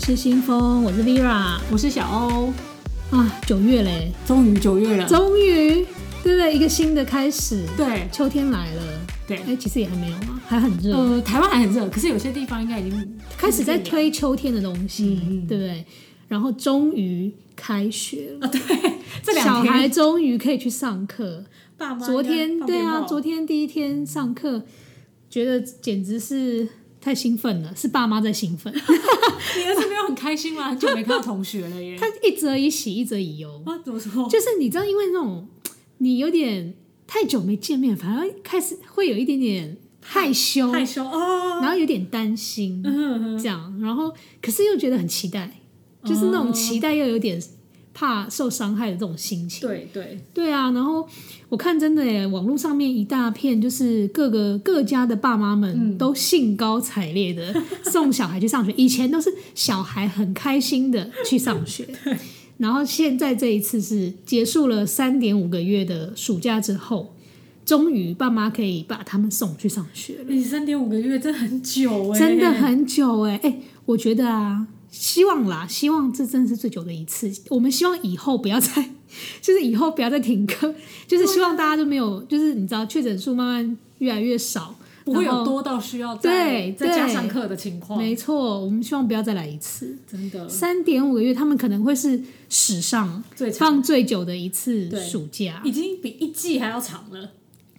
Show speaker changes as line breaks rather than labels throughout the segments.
是新风，我是 Vera
我是小欧，
啊，九月嘞，
终于九月了，
终于，对不对？一个新的开始，
对
秋天来了，
对
哎、，其实也还没有啊，还很热，
呃，台湾还很热，可是有些地方应该已经
开始在推秋天的东西，
嗯嗯
对不对？然后终于开学了，
啊这
小
两
孩
天。
终于可以去上课。
爸妈
昨
应
天
该放
对
鞭炮
啊，昨天第一天上课，觉得简直是太兴奋了，是爸妈在兴 奋。
你 儿子没有很开心吗？很久没看到同学了 耶。
他一则以喜，一则以忧，
啊，怎么说？
就是你知道，因为那种你有点太久没见面，反而开始会有一点点害羞，
害羞哦。
然后有点担心
嗯
这样，然后可是又觉得很期待，就是那
哦
种期待又有点怕受伤害的这种心情。
对对，
对啊，然后我看真的耶，网络上面一大片就是各个各家的爸妈们都兴高采烈的送小孩去上学，以前都是小孩很开心的去上学，然后现在这一次是结束了三点五个月的暑假之后，终于爸妈可以把他们送去上学了，
你三点五个月，真的很久哎，
真的很久哎哎，我觉得啊。希望啦，希望这真是最久的一次。我们希望以后不要再， 就是以后不要再停课，就是希
啊
望大家就没有，就是你知道确诊数慢慢越来越少，
不会
然
有
后。
多到需要
对
再再加
对
上课的情况，
没错，我们希望不要再来一次。
真的
三点五个月，他们可能会是史上
最长
放最久的一次
对
暑假，
已经比一季还要长了。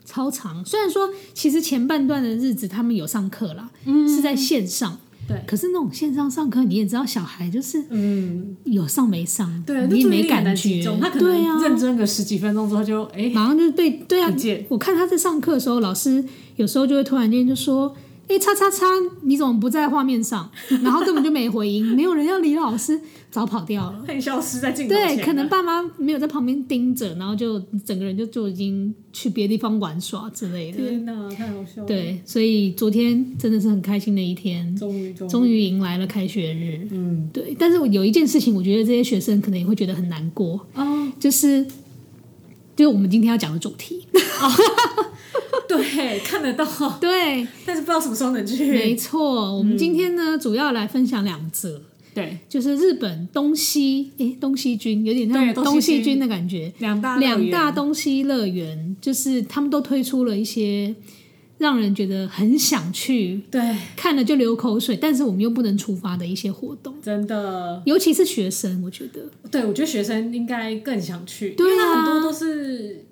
超长。虽然说其实前半段的日子他们有上课啦，是在线上，
嗯对，
可是那种线上上课，你也知道，小孩就是
嗯，
有上没上，
对，
你
那
也
注意
没
力很
感
难集
觉
中，他，可
对啊
能，认真个十几分钟之后就哎、
马上就被对啊
不见，
我看他在上课的时候，老师有时候就会突然间就说：“哎、叉叉叉，你怎么不在画面 上？”然后根本就没回音，没有人要理老师，早跑掉 了。
很消失在镜头前啊
对，
了
可能爸妈没有在旁边盯着，然后就整个人就就已经去别的地方玩耍之类的。
天哪，太好笑了！，
对，所以昨天真的是很开心的一天，
终于终于，
终于迎来了开学日。
嗯
对，但是我有一件事情，我觉得这些学生可能也会觉得很难过，
哦，
就是就是我们今天要讲的主题。
对，看得到，
对，
但是不知道什么时候能去。
没错，我们今天呢、主要来分享两则，
对，
就是日本东西诶东西军，有点像
对东西军
东西军的感觉。
两大乐
两
园
大东西乐园就是他们都推出了一些让人觉得很想去，
对，
看了就流口水，但是我们又不能出发的一些活动，
真的，
尤其是学生，我觉得
对我觉得学生应该更想去，
对啊
因为他很多都是，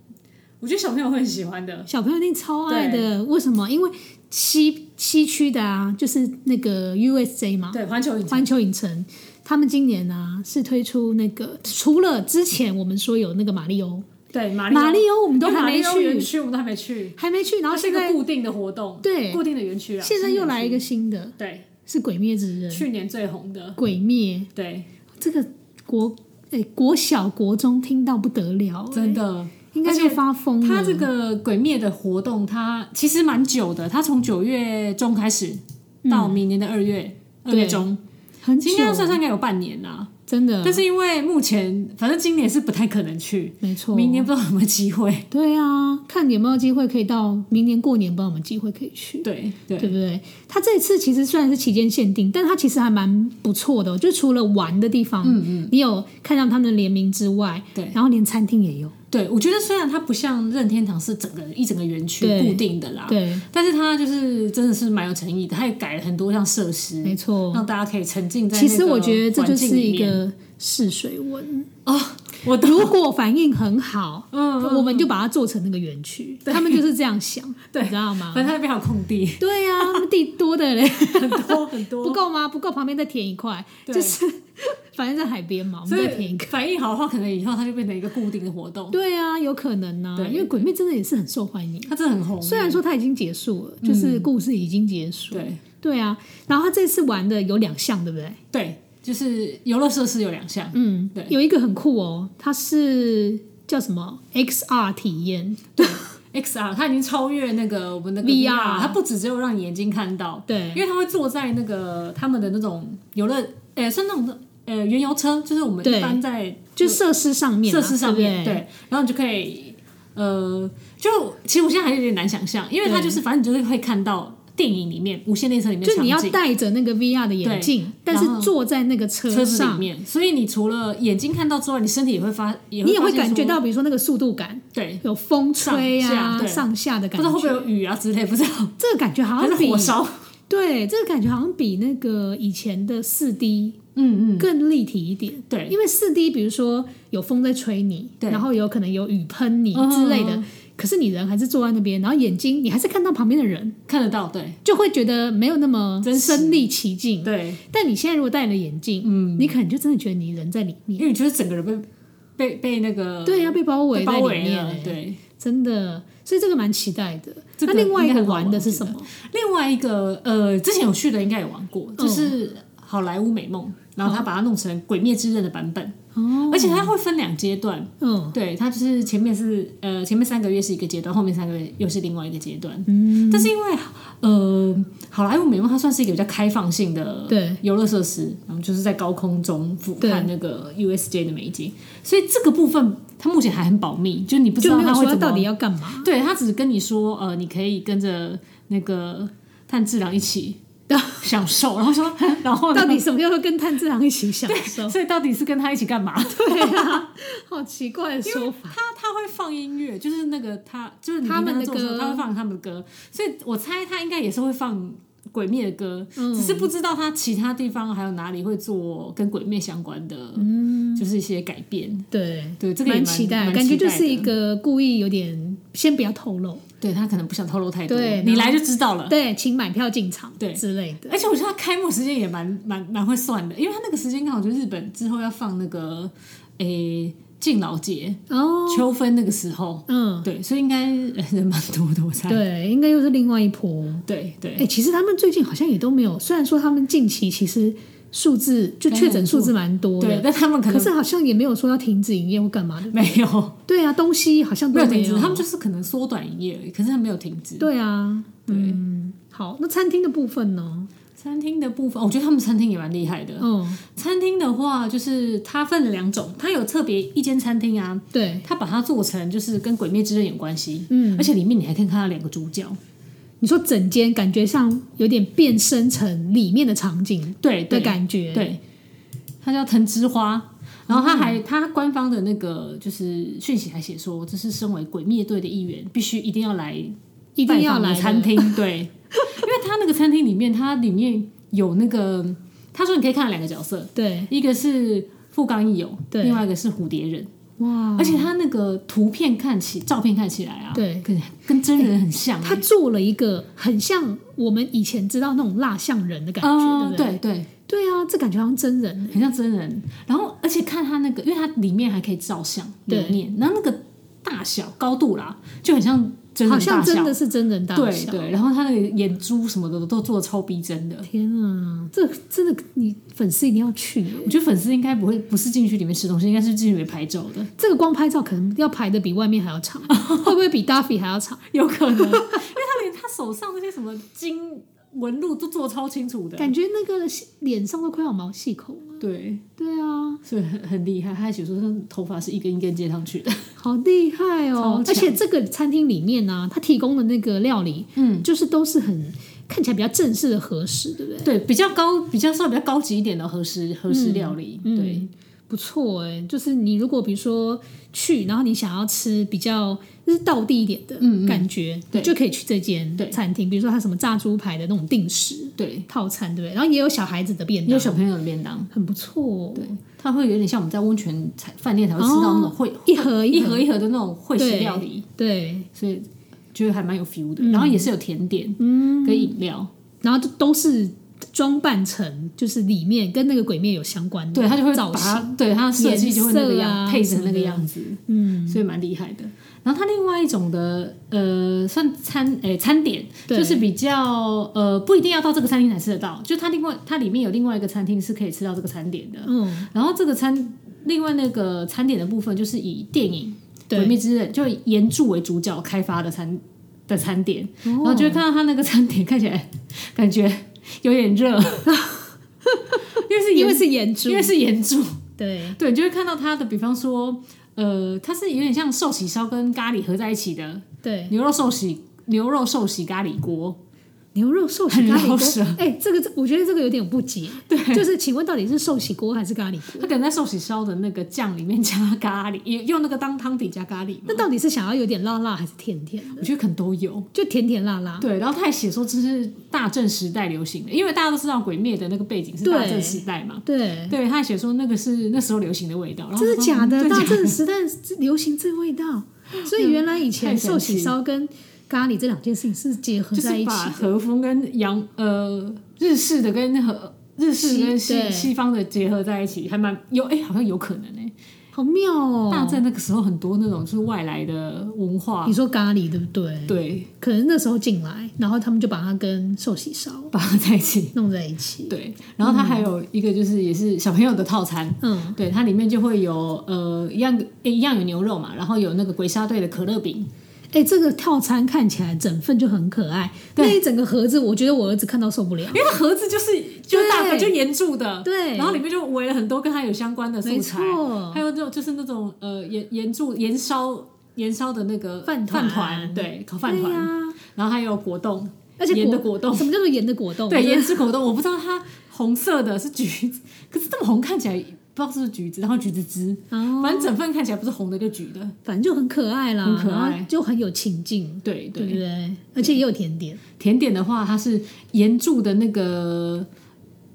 我觉得小朋友会很喜欢的。
小朋友一定超爱的。为什么？因为西西区的啊，就是那个 USJ 嘛，
对，环球影城
环球影城，他们今年呢、啊、是推出那个，除了之前我们说有那个马里欧，
对马里
马里欧我
我
们都还没
园
去，
区，我们都还没去。
还没去，然后
它是
现
一个
在
固定的活动，
对
固定的园区啊。
现在又来一个嗯新的，
对，
是《鬼灭之刃》。
去年最红的，
鬼灭
对，
这个国哎、国小国中听到不得了，
真的。
应该
而
就发疯
它
了。
这个鬼灭的活动，它其实蛮久的，它从九月中开始到明年的二月
嗯
二、
对
月中，
很久嗯
应，该算上应该有半年啦。
真的，
但是因为目前反正今年是不太可能去，
没错。
明年不知道有没有 机会。
对啊，看有没有机会可以到明年过年，不知道有没有机会可以去。
对
对
对
不对？它这次其实虽然是期间限定，但它其实还蛮不错的哦、就除了玩的地方，嗯嗯，你有看到他们的联名之外，
对，
然后连餐厅也有，
对，我觉得虽然它不像任天堂是整个一整个园区
对
固定的啦，
对，
但是它就是真的是蛮有诚意的，它也改了很多项设施，
没错。
让大家可以沉浸在那
其
个
实我觉得这就
环境
是一
里面哦
个试水温，
我懂
如果反应很好，
嗯，
我们就把它做成那个园区，他们就是这样想，
对
你知道
反
吗？
正它那边还有空地，
对呀、啊，他们 地多的嘞，
很多很 多
不够吗？不够，旁边再填一块，
对
就是 反正在海边嘛，我们
所
再
以
填一块
反应好的话，可能以后它就变成一个固定的活动。
对啊，有可能呐、
对
因为《鬼灭》真的也是很受欢迎。
它真的很红，
虽然说它已经结束了，就是故事已经结束。
嗯对
对啊，然后他这次玩的有两项，对不对？
对，就是游乐设施有两项，
嗯，
对
有一个很酷哦，它是叫什么 XR 体验？
XR 它已经超越那个我们的
VR
它不只只有让你眼睛看到，
对
因为它会坐在那个他们的那种游乐，呃、是那种呃原油车，就是我们
对
一般在
就设施上面啊、
设施上面，
对不对
对，然后你就可以。呃，就其实我现在还有点难想象，因为它就是反正你就是会看到电影里面《无限列车》里面的
就你要
场景
戴着那个 VR 的眼镜，但
然后
是坐在那个
车子里
上，
面，所以你除了眼睛看到之外，你身体也会发，也
你也
发
会
现
感觉
说
到，比如说那个速度感，
对，
有风吹
上下
啊、
对
上下的
不
感
知道会不会
觉。
有雨啊之类，不知道，
这个感觉好
还是
像比
火烧，
对，这个感觉好像比那个以前的四 D
嗯嗯，
更立体一点。
对，
因为四 D，比如说有风在吹你，
对
然后有可能有雨喷你
嗯
之类的，
嗯
可是你人还是坐在那边，然后眼睛你还是看到旁边的人，
看得到，对
就会觉得没有那么
真实
身临其境。
对，
但你现在如果戴了眼镜，嗯，你可能就真的觉得你人在里面，
因为你觉得整个人被被被那个
对，要被包
啊被
围
包
在里
围
面、
了，
欸
对。
真的，所以这个蛮期待的。
这个
那另外一
应该
个
很好玩
玩的是什么？嗯
另外一个呃，之前有去的应该也玩过，就是好莱坞美梦，然后他把它弄成《鬼灭之刃》的版本，
哦，
而且它会分两阶段，
嗯
对，它就是前面是呃前面三个月是一个阶段，后面三个月又是另外一个阶段。
嗯，
但是因为呃，好莱坞美梦它算是一个比较开放性的
对
游乐设施，然后就是在高空中俯瞰
对
那个 USJ 的美景，所以这个部分它目前还很保密，就你不知
就
道
没有
它
说
会怎
它
么
到底要干 嘛。
对他只是跟你说，呃，你可以跟着那个炭治郎 一起享受，然后说，然后呢
到底什么叫做跟炭治郎一起享 受？
所以到底是跟他一起干嘛？
对啊，好奇怪的 说法。
他他会放音乐，就是那个他就是你
他们的
听他做时候
歌
他会放他们的歌，所以我猜他应该也是会放。鬼灭的歌，
嗯
只是不知道他其他地方还有哪里会做跟鬼灭相关的，就是一些改变。
对，
对，这个也
嗯蛮
蛮
期待，
蛮
感觉就
的
是一个故意有点先不要透露，
对他可能不想透露太多，
对然后
你来就知道了。
对，请买票进场，
啊对哎
之类的。
而且我觉得他开幕时间也蛮蛮蛮会算的，因为他那个时间刚好就是日本之后要放那个诶敬老节、
哦，
秋分那个时候，
嗯，
对，所以应该呃人蛮多的，我猜。
对，应该又是另外一波。
对
哎、
对，
其实他们最近好像也都没有，虽然说他们近期其实数字就确诊数字蛮多
对，
的，
但他们可
可
能
是好像也没有说要停止营业或干嘛的。
没有
对啊，东西好像都
没有停
没
止，他们就是可能缩短营业而已，可是他没有停止。
对啊，
对
嗯，好，那餐厅的部分呢？
餐厅的部分，我觉得他们餐厅也蛮厉害的。
嗯，
餐厅的话，就是它分了两种，它有特别一间餐厅啊，
对，
它把它做成就是跟《鬼灭之刃》有关系，
嗯，
而且里面你还可以看到两个主角。
你说整间感觉上有点变身成里面的场景
对
的
对
感觉，
对，它叫藤枝花。然后它还，
哦
它官方的那个就是讯息还写说，这是身为鬼灭队的一员，必须一定要来，
一定要来的
餐。厅。对，因为它那个餐厅里面，它里面有那个，他说你可以看到两个角色，
对，
一个是富冈义勇，
对
另外一个是蝴蝶人。
哇，
而且他那个图片看起，照片看起来啊，
对
跟跟真人很像欸。
他做了一个很像我们以前知道那种蜡像人的感觉，对
嗯
不对？
对对，
对啊，这感觉好像真人欸
很像真人。然后而且看它那个，因为它里面还可以照相留
对
念，然后那个大小高度啦，就很像真人
好
大
像
小，
真的是真人大
对
小。
对。然后它那个眼珠什么的都做的超逼真的。
天啊，这真的你粉丝一定要去耶，
我觉得粉丝应该不会不是进去里面吃东西，应该是进去里面拍照的，
这个光拍照可能要排的比外面还要长，会不会比 Duffy 还要长？
有可能，因为他连他手上那些什么金纹路都做得超清楚的。
感觉那个脸上都快要有毛细孔了。
对，
对啊，
所以很很厉害。他还写说他头发是一根一根接上去的。
好厉害哦
超！强
而且这个餐厅里面呢、它提供的那个料理，
嗯，
就是都是很看起来比较正式的和食，对不对？
对，比较高，比较稍微比较高级一点的和食和食料理。对，
嗯，不错哎、
欸
就是你如果比如说去，然后你想要吃比较就是道地一点的
嗯嗯
感觉，
对
你就可以去这间
对
餐厅，比如说它什么炸猪排的那种定食
对，
套餐，对不对？然后也有小孩子的便
也有
当，
小朋友的便当，
很不错、哦。
对，它会有点像我们在温泉才饭店才会吃到那种会、
一盒
一
一
盒
盒，
一盒的那种会食料理，
对，
所以觉得还蛮有 feel 的。然后也是有甜点，嗯，跟饮料，
然后就都是装扮成就是里面跟那个鬼面有相关的，
对，它就会
嗯造
把
型，
它对它的设计就会那
颜
个
色
样，
啊
配成那个
什么的
样子，
嗯，
所以蛮厉害的。然后它另外一种的呃，算餐诶、餐点，
对
就是比较呃不一定要到这个餐厅才吃得到，就它另外它里面有另外一个餐厅是可以吃到这个餐点的。
嗯，
然后这个餐另外那个餐点的部分就是以电影《鬼
对，
灭之刃》就以岩柱为主角开发的餐的餐点，
然
然后就会看到他那个餐点看起来 感觉有点热， 因为是
因
岩
为是眼珠
因，为是岩柱，
对，
对，你就会看到它的，比方说，呃，它是有点像寿喜烧跟咖喱合在一起的
对，
牛肉寿喜牛肉寿喜咖喱锅，
牛肉寿喜
很
咖喱
饶
锅
舌，
哎、这个我觉得这个有点不解，对，就是请问到底是寿喜锅还是咖喱锅？
他可能在寿喜烧的那个酱里面加咖喱， 也用那个当汤底加咖喱嘛
那。到底是想要有点辣辣还是甜甜？
我觉得可能都有。
就甜甜辣辣，
对，然后他还写说这是大正时代流行的，因为大家都知道《鬼灭》的那个背景是
对
大正时代嘛。
对，
对，他还写说那个是那时候流行的味道。然后
真的
我说
假
嗯
的？
哦真
大
假的
正时代流行这味 道，所以原来以前
太神
寿喜
奇
烧跟咖喱这两件事情是结合
就
在
是
一起
把和风跟洋呃日式的跟和日式跟
西对
西西方的结合在一起，还蛮有哎、好像有可能哎、
好妙
大
哦！
正那个时候很多那种就是外来的文化
你，说咖喱对不对？
对，
可能那时候进来，然后他们就把它跟寿喜烧
把它在一起。
弄在一起。
对，然后它还有一个就是也是小朋友的套餐，
嗯，
对，它里面就会有呃一样诶一样有牛肉嘛，然后有那个鬼杀队的可乐饼，
哎、这个套餐看起来整份就很可爱，那一整个盒子，我觉得我儿子看到受不了
因。为它盒子就是就是大
对
个就盐柱的，
对
然后里面就围了很多跟它有相关的素
没
材
错，
还有那种就是那种呃盐盐柱盐烧盐烧的那个
饭团
饭团，对，烤饭
对
团，
呀、
然后还有果冻，
而且
盐的果冻，
什么叫做盐的哦果冻？
对，
我觉
盐
得
制果冻，我不知道它红色的是橘子， 可是这么红看起来不知道是不是橘子，然后橘子汁，
哦，
反正整份看起来不是红的就橘的，
反正就很可爱啦，
很可爱
然后就很有情境，
对
对
对。
不对？而且也有甜点，
甜点的话，它是盐柱的那个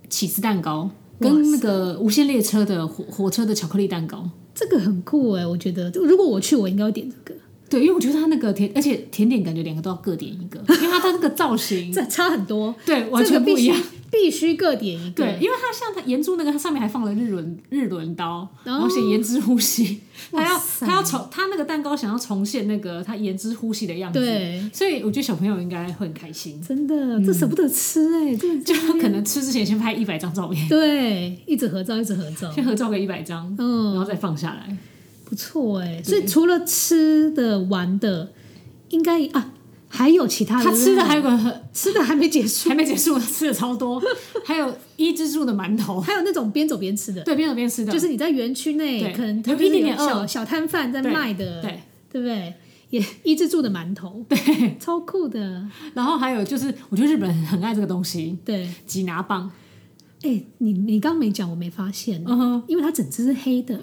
起司蛋糕，跟那个无限列车的火火车的巧克力蛋糕。
这个很酷哎、我觉得如果我去，我应该会点这个，
对，因为我觉得它那个甜，而且甜点感觉两个都要各点一个，因为它的那个造型，
这差很多，
对，嗯 完全
这个
不
必
一
须
样。，
必须各点一个。
对，因为它像它盐柱那个，它上面还放了日轮日轮刀，然后
哦
写“盐之呼吸”，它
哇
要
塞
它要重它那个蛋糕想要重现那个它盐之呼吸的样子，
对
所以我觉得小朋友应该会很开心，
真的，这舍不得吃哎、这
嗯就他可能吃之前先拍一百张照片，
对，一直合照，一直合 照，
先合照个一百张，
嗯
然，后再放下来。
不错哎、所以除了吃的、玩的，应该啊还有其他的。
他
对
吃的
不对
还有个很
吃的还没结束，
还没结束，吃的超多，还有一只柱的馒头，
还有那种边走边吃的，
对，边走边吃的，
就是是你在园区内
对
可能
有
它
一
就是
点点
小
饿
小摊贩在
对
卖的，
对。
对不对？也一直住的馒头， 对，超酷的，
然后还有就是，我觉得日本很爱这个东西，
对。
吉拿棒，
哎，你你刚没讲，我没发现，
嗯哼，
因为它整只是黑 的，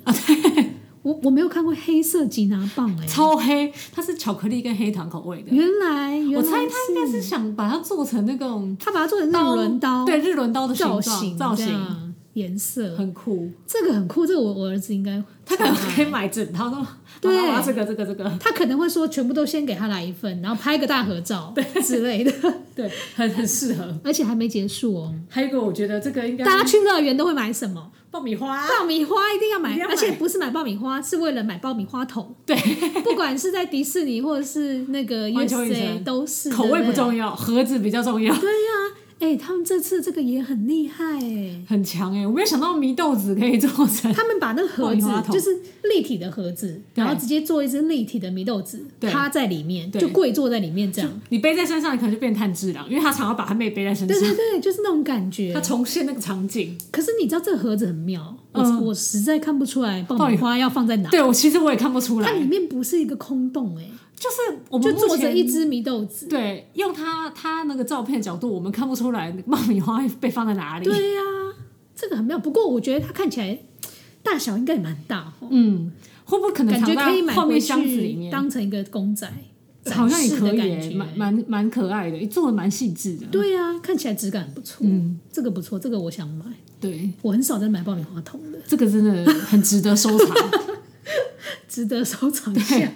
我我没有看过黑色吉拿棒哎，
超黑，它是巧克力跟黑糖口味的。
原来原来
我猜他
是
应该是想把它做成那种
他把它做成那
刀
种轮刀
对日轮刀哦的形
造
状
型
造
这
型
样颜色，
很啊酷。
这个很酷，这个我我儿子应该
他可能可以买整套的，
对
妈妈我要这个这个这个，
他可能会说全部都先给他来一份，然后拍个大合 照之类的，
对，很 很适合。
而且还没结束哦。
还有一个，啊我觉得这个应该
大家去乐园都会买什么？
爆米花，
爆米花一定要
一
买，
定要买
而且不是买爆米花，是为了买爆米花桶。
对，
不管是在迪士尼或者是那个
环球影
USA
城
都是
口味不。
对
重要，盒子比较重要。
对哎、他们这次这个也很厉害哎、
很强哎、我没有想到祢豆子可以做成，
他们把那个盒
爆米花
子
桶
就是立体的盒子，
对
然后直接做一只立体的祢豆子，
对
趴在里面，
对
就跪坐在里面这样。
你背在身上，你可能就变炭治郎，因为他常要把他妹背在身
对
上，
对对，就是那种感觉
他。重现那个场景。
可是你知道这个盒子很妙，我、
嗯
我实在看不出来爆米花要放在哪。
对我其实我也看不出来
它，里面不是一个空洞哎、
就是我们
就
目
坐着
前
一只祢豆子。
对，用他他那个照片的角度，我们看不出来爆米花被放在哪里。
对呀、这个很妙。不过我觉得它看起来大小应该也蛮大哦，
嗯，会不会可能
感觉
藏
可以
在
买
后面
回
箱子里
去
面？
当成一个公仔，
好像也
展示
可
的
以
感
欸，
觉。
蛮蛮蛮可爱的，做的蛮细致的。
对呀、看起来质感很不错。
嗯，
这个不错，这个我想买。
对，
我很少在买爆米花桶 的，
这个真的很值得收藏。
值得收藏一下。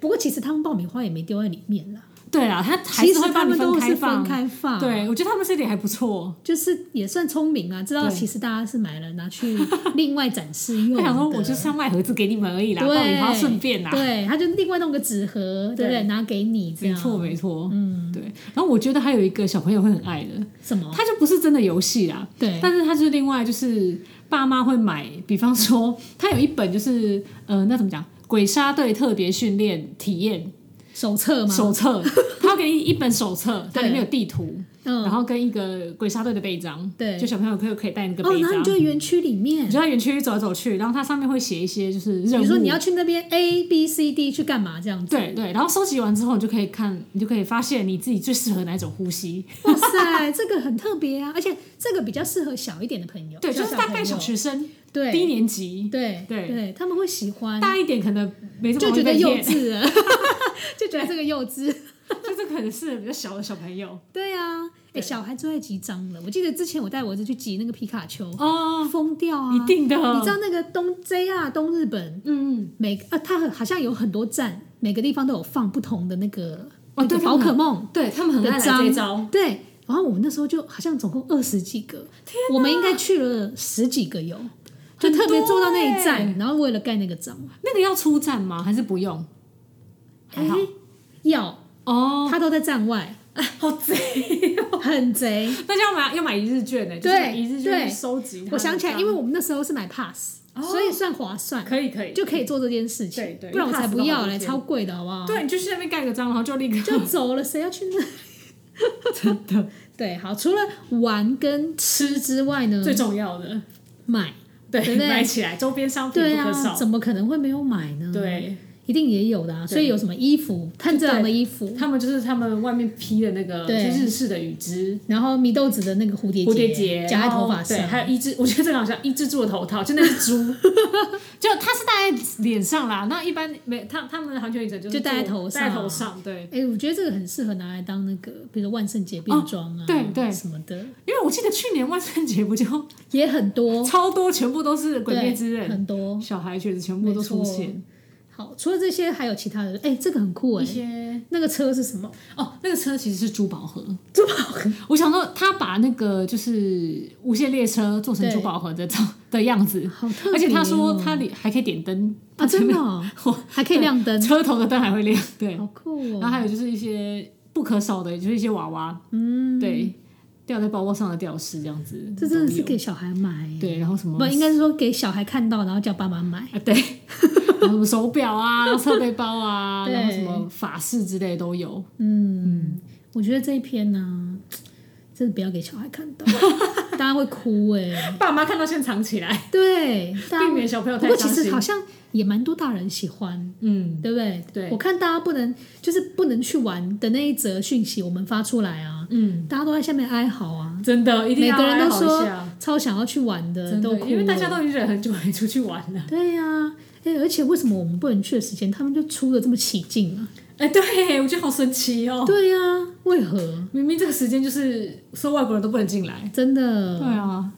不过其实他们爆米花也没丢在里面啦，
对啦，他还
其实
是会
他
帮你
们都
开
是分
放。
开放。。
对，我觉得他们这点还不错。
就是也算聪明啊，知道
对
其实大家是买了拿 去另外展示用的。
他想说，我就是要卖盒子给你们而已啦，
对
爆米花顺便啦。啊
对，啊他就另外弄个纸盒，对不对？
对
拿给你这
没
样。
错，没错，嗯，对。然后我觉得还有一个小朋友会很爱的，
什么？
它就不是真的游戏啦，
对
但是它就是另外就是爸妈会买，比方说它有一本就是呃，那怎么讲？鬼杀队特别训练体验
手册吗？
手册，它要给你一本手册，它
对
里面有地图，
嗯
然后跟一个鬼杀队的背章，
对
就小朋友可以可以带那个
哦，
背
然
章，
后你就在园区里面
你，就在园区走来走去，然后它上面会写一些就是
比
任务，
如说你要去那边 A B C D 去干嘛这样子。
对对，然后收集完之后，你就可以看，你就可以发现你自己最适合哪一种呼吸。
哇塞，这个很特别啊，而且这个比较适合小一点的朋友，
对，就
小
是大概小
朋友
学生低
对
年级，
对
对
对，他们会喜欢，
大一点可能没这么
就
容易
觉得
被
幼
骗，
稚 了，就觉得这个幼稚。
就这可能是比较小的小朋友
对啊，哎，
对
小孩最爱集章了。我记得之前我带我儿子去集那个皮卡丘，
哦，
疯掉啊！
一定的，
你知道那个东 JR 东日本
嗯，
每啊，它好像有很多站，每个地方都有放不同的那个
哦
那个
对
宝可梦
对他们很
的
爱来
章
这一招，
对，然后我们那时候就好像总共二十几个，我们应该去了十几个有，就
很
特别
多
坐到那一
欸
站，然后为了盖那个章，
那个要出站吗？还是不用？还好
哎要
哦，哎
他都在站外，
好贼！哦
很贼。
那就要买要买一日券呢，欸就是
对
一日券
对
去收集它的章。
我想起来，因为我们那时候是买 pass，
哦
所以算划算，
可以可以，
就可以做这件事情。
对对
不然我才不
因为 pass 都好
要
多
嘞，
天
超贵的好不好？
对，你就去那边盖个章，然后就立刻
就走了，谁要去那？
真的
对，好，除了玩跟吃之外呢，
最重要的，
买，对
对，
不对
买起来周边商品
对
不可
啊，
少。
怎么可能会没有买呢？，
对
一定也有的啊。所以有什么衣服，炭治郎的衣服，
他们就是他们外面披的那个，就
对
日式的羽织
然后米豆子的那个蝴蝶
蝴蝶结，
夹在头
然
发
后对，
上，
还有一只，我 觉得这个好像一只猪的头套，就那只猪，就它是戴在脸上啦。那一般没他他们的韩球影城就是
就戴在
做
头上
戴在头上，对。
哎、我觉得这个很适合拿来当那个，比如万圣节变装啊、
哦对对
什么的，
因为我记得去年万圣节不就
也很多，
超多，全部都是鬼灭
哦对，
之刃，
很多。
小孩裙子全部都出现。
好，除了这些还有其他的，哎、这个很酷哎、
一些
那个车是什么？
哦，那个车其实是珠宝盒。
珠宝盒，
我想说，他把那个就是无限列车做成珠宝盒的造的样子，
好特别、哦
而且他说他里还可以点灯，
啊，真的、哦，
我
还可以亮灯，
车头的灯还会亮。对，
好酷哦、
然后还有就是一些不可少的，就是一些娃娃，
嗯，
对，吊在包包上的吊饰这样子，
这真的
都
是
有
给小孩买、欸，
对，然后什么
不应该是说给小孩看到，然后叫爸妈买。
啊，对，然后什么手表啊、 侧背包啊，
对
然后什么法式之类都有。
嗯，我觉得这一篇呢、真的不要给小孩看到， 大家会哭哎、
爸妈看到先藏起来，
对，大家
避免小朋友
不
太
过其
伤
实
心
好。像也蛮多大人喜欢，
嗯，
对不对？
对
我看大家不能就是不能去玩的那一则讯息，我们发出来啊，
嗯，
大家都在下面哀嚎啊，
真的，一定
每
要
个人都
哀嚎一
说
下
超想要去玩的，
真
都
的，
哭了，
因为大家都已经忍很久没出去玩了。
对呀、哎、而且为什么我们不能去的时间，他们就出的这么起劲啊？
哎，对我觉得好神奇哦，
对呀、为何？
明明这个时间就是说外国人都不能进来。
真的，
对啊，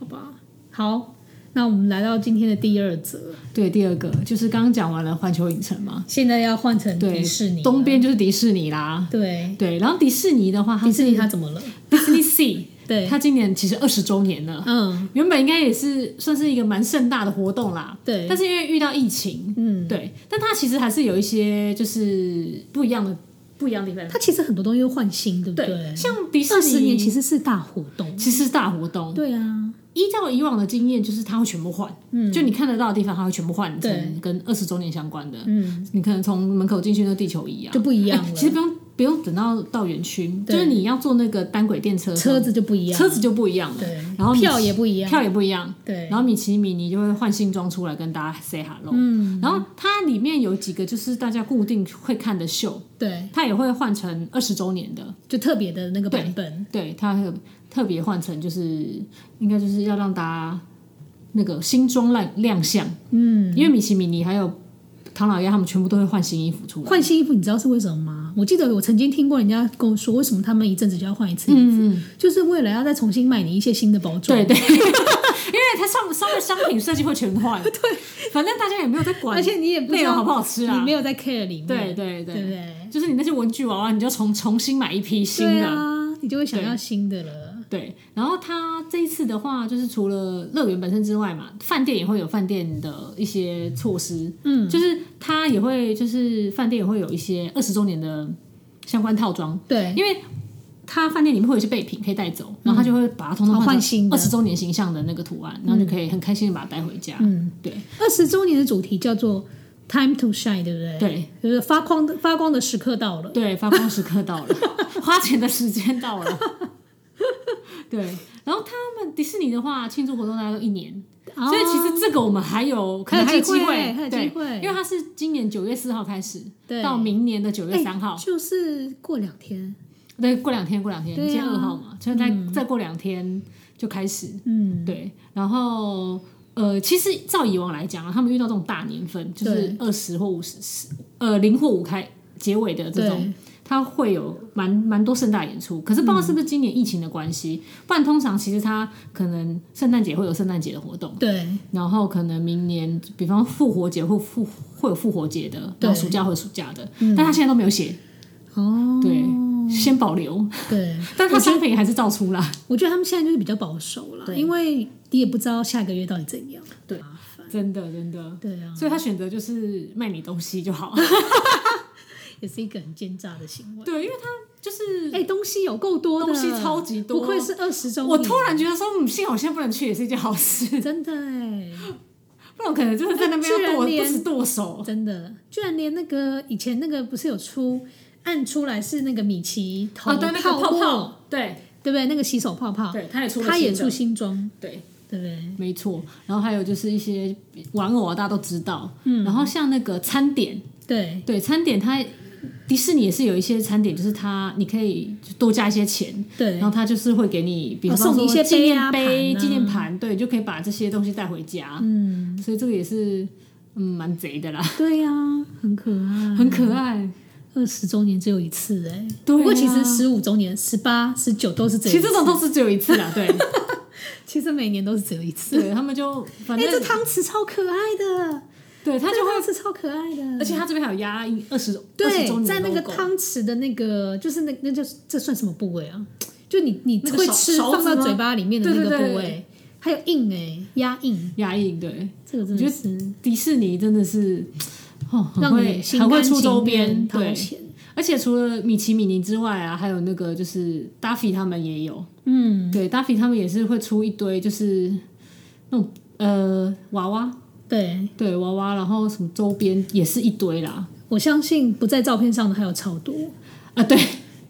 好吧，好，那我们来到今天的第二则，
对，第二个就是刚刚讲完了环球影城嘛，
现在要换成
对，
迪士尼了啊
东，边就是迪士尼啦。
对，
对，然后迪士尼的话，它
迪士
是
尼它怎么了？
Disney Sea，
对，
它今年其实二十周年了。
嗯，
原本应该也是算是一个蛮盛大的活动啦，
对
但是因为遇到疫情，
嗯，
对，但它其实还是有一些就是不一样的不一样的地方。
它其实很多东西都换新，对不
对，像迪士尼
二十年其实是大活动，
其实是大活动，
对啊，
依照以往的经验，就是它会全部换，
嗯
就你看得到的地方，它会全部换
对
成跟二十周年相关的。
嗯，
你可能从门口进去那地球仪啊，
就不一样
哎
了，
其实不用不用等到到园区，
对
就是你要坐那个单轨电车的时候，
车子就不一样，
嗯车子就不一样了。
对，
然后你
票也不一样，
票也不一样。
对，
然后米奇米妮就会换新装出来跟大家 say hello。
嗯，
然后它里面有几个就是大家固定会看的秀，
对，
它也会换成二十周年的，
就特别的那个版本，
对，它会特别换成就是应该就是要让大家那个新装亮亮相，
嗯，
因为米奇米妮还有唐老鸭他们全部都会换新衣服出来。
换新衣服，你知道是为什么吗？我记得我曾经听过人家跟我说，为什么他们一阵子就要换一次，
嗯，嗯
就是为了要再重新卖你一些新的包装。
对 对，因为它上上面商品设计会全 换，对，反正大家也没有在管
而且你也不
内
知
容
道
好不好吃啊
你，没有在 care 里面，
对对对
对不对？
就是你那些文具娃娃，你就重重新买一批新
对
的。
啊，你就会想要新的了。
对，然后它这一次的话，就是除了乐园本身之外嘛，饭店也会有饭店的一些措施，
嗯，
就是它也会，就是饭店也会有一些二十周年的相关套装，
对，
因为它饭店里面会有一些备品可以带走，然后它就会把它通通
嗯哦换新的
二十周年形象的那个图案，然后就可以很开心的把它带回家。
嗯，
对，
二十周年的主题叫做 Time to shine，对不对？
对
就是发光的发光的时刻到了。
对，发光时刻到了， 花钱的时间到了。对，然后他们迪士尼的话，庆祝活动大概都一年，所以其实这个我们还有可能哦还有机
会，还有哦机
对，
会，
因为它是今年九月四号开始，
对
到明年的九月
哎
三号，
就是过两天。
对，过两天，过两天，
对啊
今天二号嘛，所以再、再过两天就开始，
嗯，
对，然后呃，其实照以往来讲啊，他们遇到这种大年份，就是二十或五十，呃，零或五开结尾的这种，
对，嗯
它会有蛮蛮多盛大演出。可是不知道是不是今年疫情的关系，不然通常其实它可能圣诞节会有圣诞节的活动，
对，
然后可能明年，比方复活节会复会有复活节的，然
对
后暑假会有暑假的，但它现在都没有写，
哦，
对，先保 留，
对，
但它商品还是照出啦。
我觉得他们现在就是比较保守了，因为你也不知道下个月到底怎样。
对， 真的真的，
对啊，
所以他选择就是卖你东西就 好。
也是一个很奸诈的行为。
对，因为他就是
哎、东西有够多的，
东西超级多
不愧是二十周年，
我突然觉得说，嗯，幸好我现在不能去也是一件好 事，
真的哎、
不然我可能真的在那边
居
要
然
剁，不
连
止剁手。
真的，居然连那个以前那个不是有出按出来是那个米奇头
哦，对，那个泡
沫，
泡，对
对不对？那个洗手泡泡，
对，他也出了，
他也出，新装，
对，
对不对？
没错。然后还有就是一些玩偶啊，大家都知道，嗯，然后像那个餐点，
对
对，餐点它迪士尼也是有一些餐点，就是它你可以就多加一些钱，
对
然后他就是会给你，比
哦
方说
送你一些
纪
杯
念
啊
杯、
盘啊
纪念盘，对，你就可以把这些东西带回家。嗯，所以这个也是嗯蛮贼的啦，
对呀、很可爱。
很可爱。
二十周年只有一次哎、
对啊
不过其实十五周年、十八、十九都是这
其
一次，
实这种都是只有一次 啦，对，
其实每年都是只有一次。
对他们就反
哎、
正
这汤匙超可爱的，
对他就会，
这汤匙超可爱的，
而且他这边还有压二十二十周
对，
年
在
的
那个
logo
汤匙的那个，就是那那叫这算什么部位啊？就你你
那个
会
勺
吃
勺子
放到
吗
嘴巴里面的那
对
个
对对
部位，还有印哎、压印，
压印，对，
这个真
我觉
的
得
是
迪士尼真的是哦，很
让
会
你心
很会
甘
出周
情
边，
愿
对
掏，钱。
而且除了米奇、米妮之外啊，还有那个就是达菲他们也有，
嗯，
对，达菲他们也是会出一堆就是那种呃娃娃，
对，
对娃娃，然后什么周边也是一堆啦。
我相信不在照片上的还有超多。
啊，对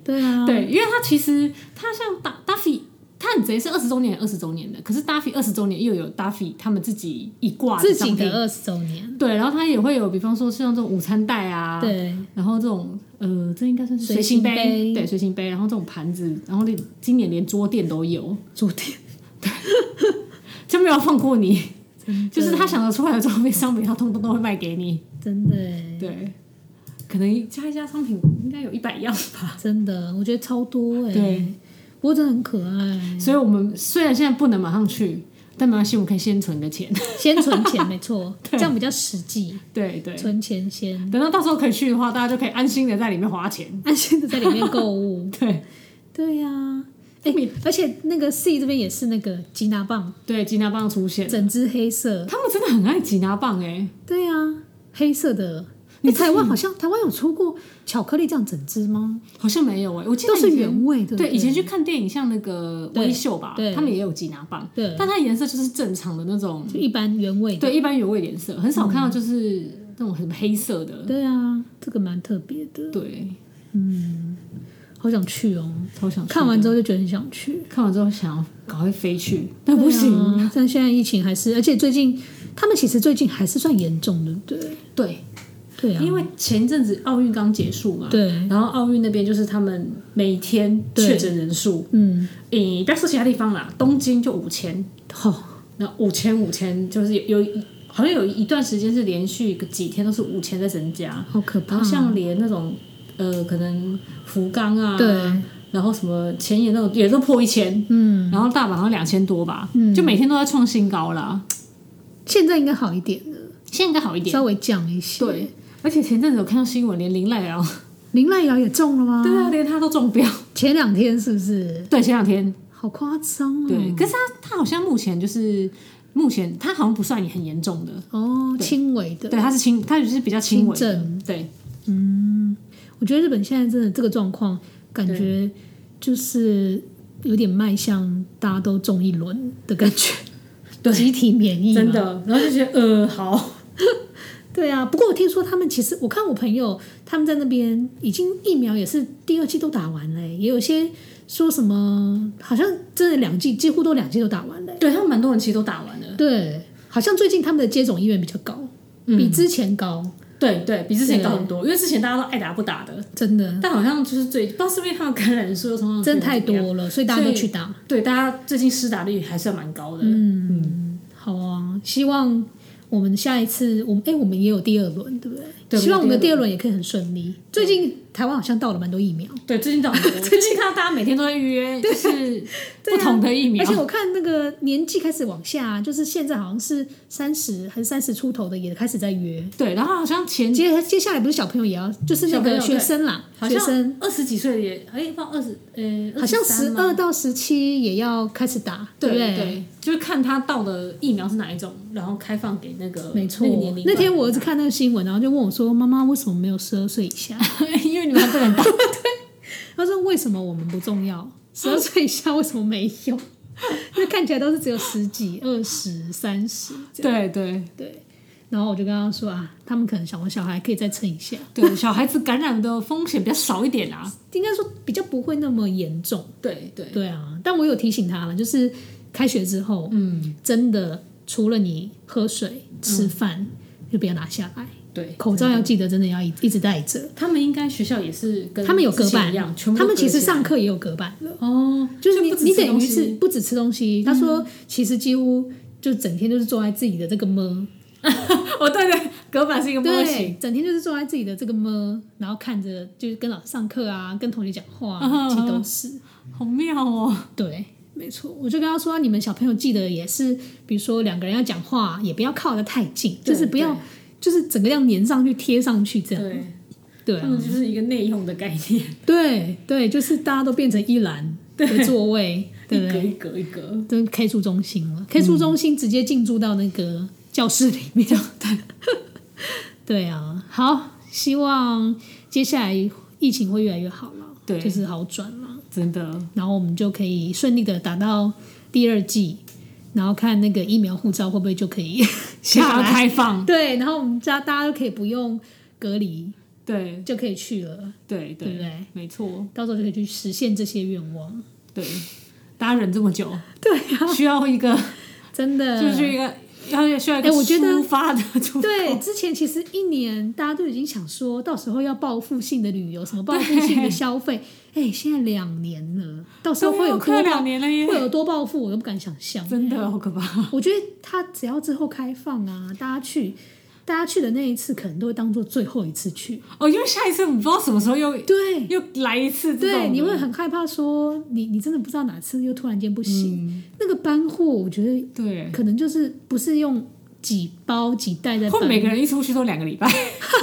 对啊，
对，因为它其实它像达达菲，它很贼是二十周年，二十周年的，可是达菲二十周年又有达菲他们自己一挂
自
商
己
品
的二十周年，
对，然后它也会有，比方说像这种午餐袋啊，
对，
然后这种呃，这应该算是
随
行
行杯
对，随行杯，然后这种盘子，然后连今年连桌垫都有，
昨天
就没有放过你，
真的
就是他想得出来的周边商品，他通通都会卖给你，
真的欸
对，可能加一加商品应该有一百样吧，
真的，我觉得超多哎、
啊对，
不过真的很可爱，
所以我们虽然现在不能马上去，但没关系，我们可以先存个钱，
先存钱没错， 这样比较实际，
对对，
存钱先，
等到到时候可以去的话，大家就可以安心的在里面花钱，。
安心的在里面购物
对
对呀、哎、而且那个 C 这边也是那个吉拿棒，
对，吉拿棒出现，
整只黑色，
他们真的很爱吉拿棒哎、
对呀、黑色的。哎、台湾好像台湾有出过巧克力这样整只吗？
好像没有哎、我记得
都是
以前
原味的。
对，
对，
以前去看电影，像那个微秀吧
对，对
他们也有吉拿棒，
对
但它颜色就是正常的那种，
就一般原味的。嗯
对，一般原味颜色，很少看到就是那种很黑色的，
对啊，这个蛮特别的，
对，
好想去哦！
超想去
看完之后就觉得很想去。
看完之后想要赶快飞去，但不行，
对啊，但现在疫情还是，而且最近他们其实最近还是算严重，对不对？
对，
对啊，
因为前一阵子奥运刚结束嘛，
对，
然后奥运那边就是他们每天
对
确诊人数，
嗯，
诶，不要说其他地方啦，东京就五千，
好、
那五千五千就是有有好像有一段时间是连续几天都是五千在增加，
好可
然
怕
后。像连那种呃，可能福冈啊，
对，
然后什么前野那种也都破一千，嗯，然后大阪好像两千多吧，嗯，就每天都在创新高啦。
现在应该好一点了，
现在应该好一点，
稍微降一些。，
对。而且前阵子有看到新闻，连林濑瑶，
林濑瑶也中了吗？
对啊，连他都中标。
前两天是不是？
对，前两天，
好夸张哦！
对，可是他他好像目前就是目前他好像不算很严重的，
哦，轻微的。
对，他是轻，他只是比较轻微
轻
的
症，
对，
我觉得日本现在真的这个状况，感觉就是有点迈向大家都中一 轮的感觉，集体免疫嘛。
的。然后就觉得呃，好，
对啊，不过我听说他们其实，我看我朋友他们在那边已经疫苗也是第二季都打完了、欸也有些说什么好像真的两季几乎都两季都打完了、
对他们蛮多人其实都打完了。
对，好像最近他们的接种意愿比较高，
嗯
比之前高，
对对，比之前高很多，因为之前大家都爱打不打的，
真的
但好像就是最不知道是不是因为它的感染数又从
真的太，
啊
多了，所以大家都去打。
对，大家最近施打率还算蛮高的。
嗯好啊，希望我们下一次，我们哎、我们也有第二轮，对不对？
对
希望我们的
我们有
第二轮也可以很顺利。最近台湾好像到了蛮多疫苗，
对，最近 到最近看到大家每天都在预约，就是
对
不
啊
同的疫苗
而且。我看那个年纪开始往下，啊就是现在好像是三十还是三十出头的也开始在约。
对，然后好像前
接接下来不是小朋友也要，就是那
小朋
个
友
学生啦，
好
学生
像二十几岁的也，哎，放二十，呃，
好像
23
十
吗
二到十七也要开始打，
对
不对？
对，就是看他到的疫苗是哪一种，然后开放给那个
没错
那个年龄。嗯
那天我儿子，看那个新闻，然后就问我说：“妈妈，为什么没有十二岁以下？”
因为你们还 不能打，
他说：“为什么我们不重要？十二岁以下为什么没有？ 那看起来都是只有十几、二十、三十这样。
对对”
对。然后我就跟他说：“啊，他们可能想，我小孩可以再撑一下，
对，小孩子感染的风险比较少一点啊啦。
应该说比较不会那么严重。
对对”
对啊，但我有提醒他了，就是开学之后，
嗯，
真的除了你喝水、吃饭，
嗯
就不要拿下来，
对，
口罩要记得真的要一一直戴着。
他们应该学校也是跟
他们有隔
之前
板
一样，，全部
他
都
们
隔
其实
起来
上课也有隔板。
哦，
就是你
不止
你
吃
等
东
于
西嗯
是不止吃东西，他说其实几乎就整天就是坐在自己的这个 么，
哦，对对，隔板是一个模型。
对，整天就是坐在自己的这个么，然后看着就是跟老师上课啊，跟同学讲话、
嗯
啊，
哼
其实都是
好妙哦！
对。没错，我就跟他说，你们小朋友记得也是，比如说两个人要讲话，也不要靠得太近，就是不要，就是整个要粘上去、贴上去这样。
对，对嗯
对
他
啊，
们就是一个内用的概念，
对对，就是大家都变成一栏的座 位，对不
一
对
格？一格一格。
都 K 出中心了，K 出中心直接进驻到那个教室里面。 对，对啊，好，希望接下来疫情会越来越好了，
对
就是好转了，
真的，
然后我们就可以顺利的打到第二季，然后看那个疫苗护照会不会就可 以下
想要
来。
开放，
对，然后我们家大家都可以不用隔离
对
就可以去了，对
对
不
对，
对？
没错，
到时候就可以去实现这些愿望。
对，大家忍这么久，
对，啊
需要一个，
真的
就是一个要需要一
哎
个
我觉得
抒发的出口，
对，之前其实一年大家都已经想说，到时候要报复性的旅游，什么报复性的消 费。哎，现在两年了，到时候会有
对
多
啊 快两
报，
年了耶，
会有多报复，我都不敢想象。
真的好可怕。
我觉得他只要之后开放啊，大家去，大家去的那一次可能都会当做最后一次去。
哦，因为下一次我们不知道什么时候又
对
又来一次这种的，
对，你会很害怕说，你你真的不知道哪次又突然间不行。那个搬货，我觉得
嗯对，
可能就是不是用几包几袋在
会
搬，
每个人一出去都两个礼拜，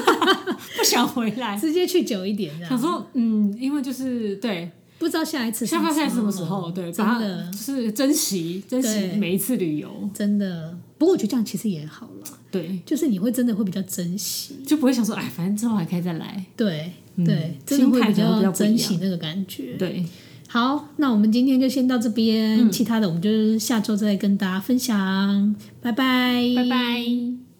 不想回来。
直接去久一点这
想
样。
说，嗯，因为就是对，
不知道下一次
下
么
发下来是什么
时
时候？对，
嗯真
把它
的
就是珍惜珍惜
对
每一次旅游，
真的。不过我觉得这样其实也好了，
对，
就是你会真的会比较珍惜，
就不会想说，哎，反正之后还可以再来，
对、
嗯
对，真的
心
会
态可能
较
会比较不一样
珍惜那个感觉。
对，嗯
好，那我们今天就先到这边，其他的我们就是下周再跟大家分享，拜拜，
拜拜。